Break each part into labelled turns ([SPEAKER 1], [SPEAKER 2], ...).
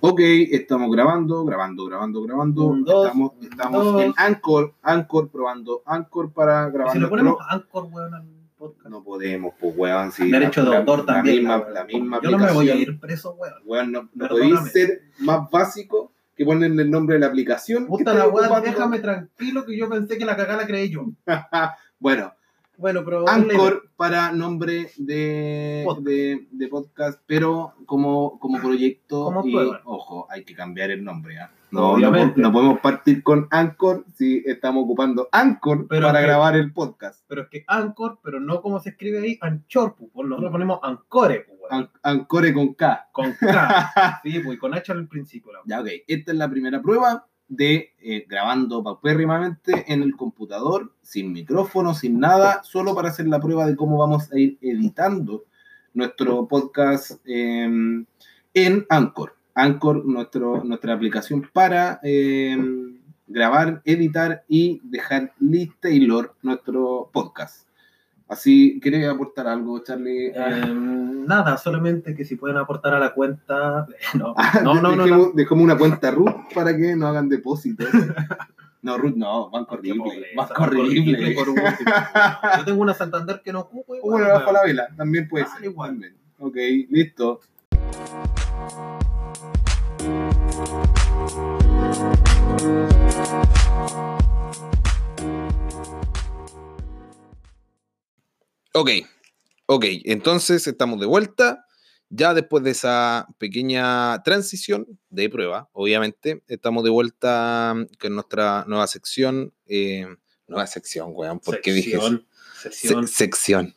[SPEAKER 1] Ok, estamos grabando, grabando, grabando, grabando.
[SPEAKER 2] Un, dos,
[SPEAKER 1] estamos estamos
[SPEAKER 2] dos.
[SPEAKER 1] en Anchor, Anchor, probando Anchor para grabar.
[SPEAKER 2] Si lo
[SPEAKER 1] nuestro-
[SPEAKER 2] ponemos Anchor, weón, al podcast.
[SPEAKER 1] No podemos, pues, weón. Sí,
[SPEAKER 2] Derecho
[SPEAKER 1] la-
[SPEAKER 2] de
[SPEAKER 1] la-
[SPEAKER 2] autor
[SPEAKER 1] la
[SPEAKER 2] también.
[SPEAKER 1] misma-
[SPEAKER 2] cabrón.
[SPEAKER 1] la misma
[SPEAKER 2] Yo no me voy a
[SPEAKER 1] aplicación.
[SPEAKER 2] ir preso, weón.
[SPEAKER 1] Weón, no, no
[SPEAKER 2] Perdóname.
[SPEAKER 1] podéis ser más básico que ponerle el nombre de la aplicación. que
[SPEAKER 2] Puta
[SPEAKER 1] estáis
[SPEAKER 2] la weá,
[SPEAKER 1] ocupando.
[SPEAKER 2] déjame tranquilo que yo pensé que la cagada la creé yo.
[SPEAKER 1] bueno,
[SPEAKER 2] Bueno, pero.
[SPEAKER 1] Anchor para nombre de
[SPEAKER 2] Podcast.
[SPEAKER 1] de- de podcast, pero como, como proyecto.
[SPEAKER 2] Como
[SPEAKER 1] y,
[SPEAKER 2] prueba.
[SPEAKER 1] ojo, hay que cambiar el nombre. ¿ah? No, no,
[SPEAKER 2] Obviamente.
[SPEAKER 1] no podemos partir con Anchor si estamos ocupando Anchor
[SPEAKER 2] Pero
[SPEAKER 1] para
[SPEAKER 2] que-
[SPEAKER 1] grabar el podcast.
[SPEAKER 2] Pero es que Anchor, pero no como se escribe ahí, Anchor, pues. pues, Nosotros ponemos Ancore, pues, weón.
[SPEAKER 1] An- Ancore con K.
[SPEAKER 2] Con K. sí, pues, y con H al principio, la weá.
[SPEAKER 1] Ya, ok. Esta es la primera prueba de eh, grabando paupérrimamente en el computador, sin micrófono, sin nada, solo para hacer la prueba de cómo vamos a ir editando nuestro podcast eh, en Anchor. Anchor, nuestro, nuestra aplicación para eh, grabar, editar y dejar listo y lor nuestro podcast. Así, ¿quieres aportar algo, Charlie?
[SPEAKER 2] Eh, nada, solamente que si pueden aportar a la cuenta. No,
[SPEAKER 1] Ah,
[SPEAKER 2] no, no, no.
[SPEAKER 1] dejemos,
[SPEAKER 2] no.
[SPEAKER 1] dejemos una cuenta Ruth para que no hagan depósitos. No, Ruth no, banco
[SPEAKER 2] Qué
[SPEAKER 1] horrible.
[SPEAKER 2] pobreza,
[SPEAKER 1] Banco
[SPEAKER 2] horrible,
[SPEAKER 1] horrible.
[SPEAKER 2] por último. Yo tengo una Santander que no ocupo. y,
[SPEAKER 1] O Bueno,
[SPEAKER 2] weón,
[SPEAKER 1] bajo la vela, también puede
[SPEAKER 2] Ah,
[SPEAKER 1] ser.
[SPEAKER 2] igual.
[SPEAKER 1] también. Ok, listo. Ok, ok, entonces estamos de vuelta. Ya después de esa pequeña transición de prueba, obviamente, estamos de vuelta mm, con nuestra nueva sección. eh, nueva sección, weón, ¿por qué dije eso?
[SPEAKER 2] Sección, Sección.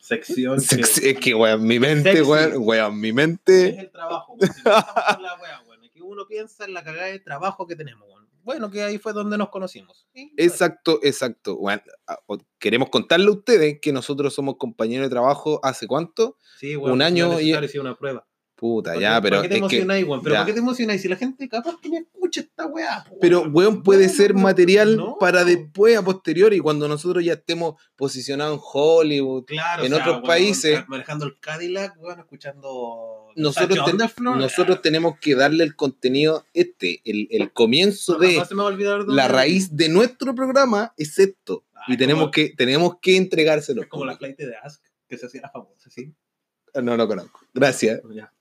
[SPEAKER 1] Se- sección.
[SPEAKER 2] Sección. que-
[SPEAKER 1] Sex- es que, weón, mi mente,
[SPEAKER 2] Sexy.
[SPEAKER 1] weón, weón, mi
[SPEAKER 2] es
[SPEAKER 1] mente.
[SPEAKER 2] el trabajo. güey. Si no estamos con la wea, güey, que uno piensa en la cagada de trabajo que tenemos. güey. Bueno, que ahí fue donde nos conocimos. Y, pues,
[SPEAKER 1] Exacto, exacto. weón. Ah, o- queremos contarle a ustedes que nosotros somos compañeros de trabajo hace cuánto.
[SPEAKER 2] bueno, sí, güey,
[SPEAKER 1] un
[SPEAKER 2] al
[SPEAKER 1] año
[SPEAKER 2] final
[SPEAKER 1] y-
[SPEAKER 2] necesario hice una prueba.
[SPEAKER 1] Puta,
[SPEAKER 2] ¿Para
[SPEAKER 1] ya,
[SPEAKER 2] qué-
[SPEAKER 1] pero
[SPEAKER 2] ¿Para qué te
[SPEAKER 1] es que.
[SPEAKER 2] emocionáis, güey? ¿Pero
[SPEAKER 1] ya.
[SPEAKER 2] para qué te emocionáis? Si la gente capaz que no escucha esta weá. güey.
[SPEAKER 1] Pero, weón, puede
[SPEAKER 2] Bueno,
[SPEAKER 1] ser
[SPEAKER 2] güey,
[SPEAKER 1] material
[SPEAKER 2] no.
[SPEAKER 1] para después, a posteriori, cuando nosotros ya estemos posicionados en Hollywood.
[SPEAKER 2] Claro,
[SPEAKER 1] en
[SPEAKER 2] o sea,
[SPEAKER 1] otros
[SPEAKER 2] güey,
[SPEAKER 1] países-
[SPEAKER 2] Manejando el Cadillac, weón, escuchando.
[SPEAKER 1] Nosotros,
[SPEAKER 2] Touch
[SPEAKER 1] te-
[SPEAKER 2] Underfloor,
[SPEAKER 1] nosotros
[SPEAKER 2] ah,
[SPEAKER 1] tenemos que darle el contenido este, el, el comienzo
[SPEAKER 2] Ah, no,
[SPEAKER 1] de
[SPEAKER 2] jamás se me va a olvidar dónde-
[SPEAKER 1] la raíz de nuestro programa, es esto.
[SPEAKER 2] Ah,
[SPEAKER 1] Y
[SPEAKER 2] es
[SPEAKER 1] tenemos
[SPEAKER 2] como-
[SPEAKER 1] que, tenemos que entregárselo.
[SPEAKER 2] Es como la flight de Ask, que se hacía famosa, ¿sí?
[SPEAKER 1] No lo conozco. Gracias.
[SPEAKER 2] Ya.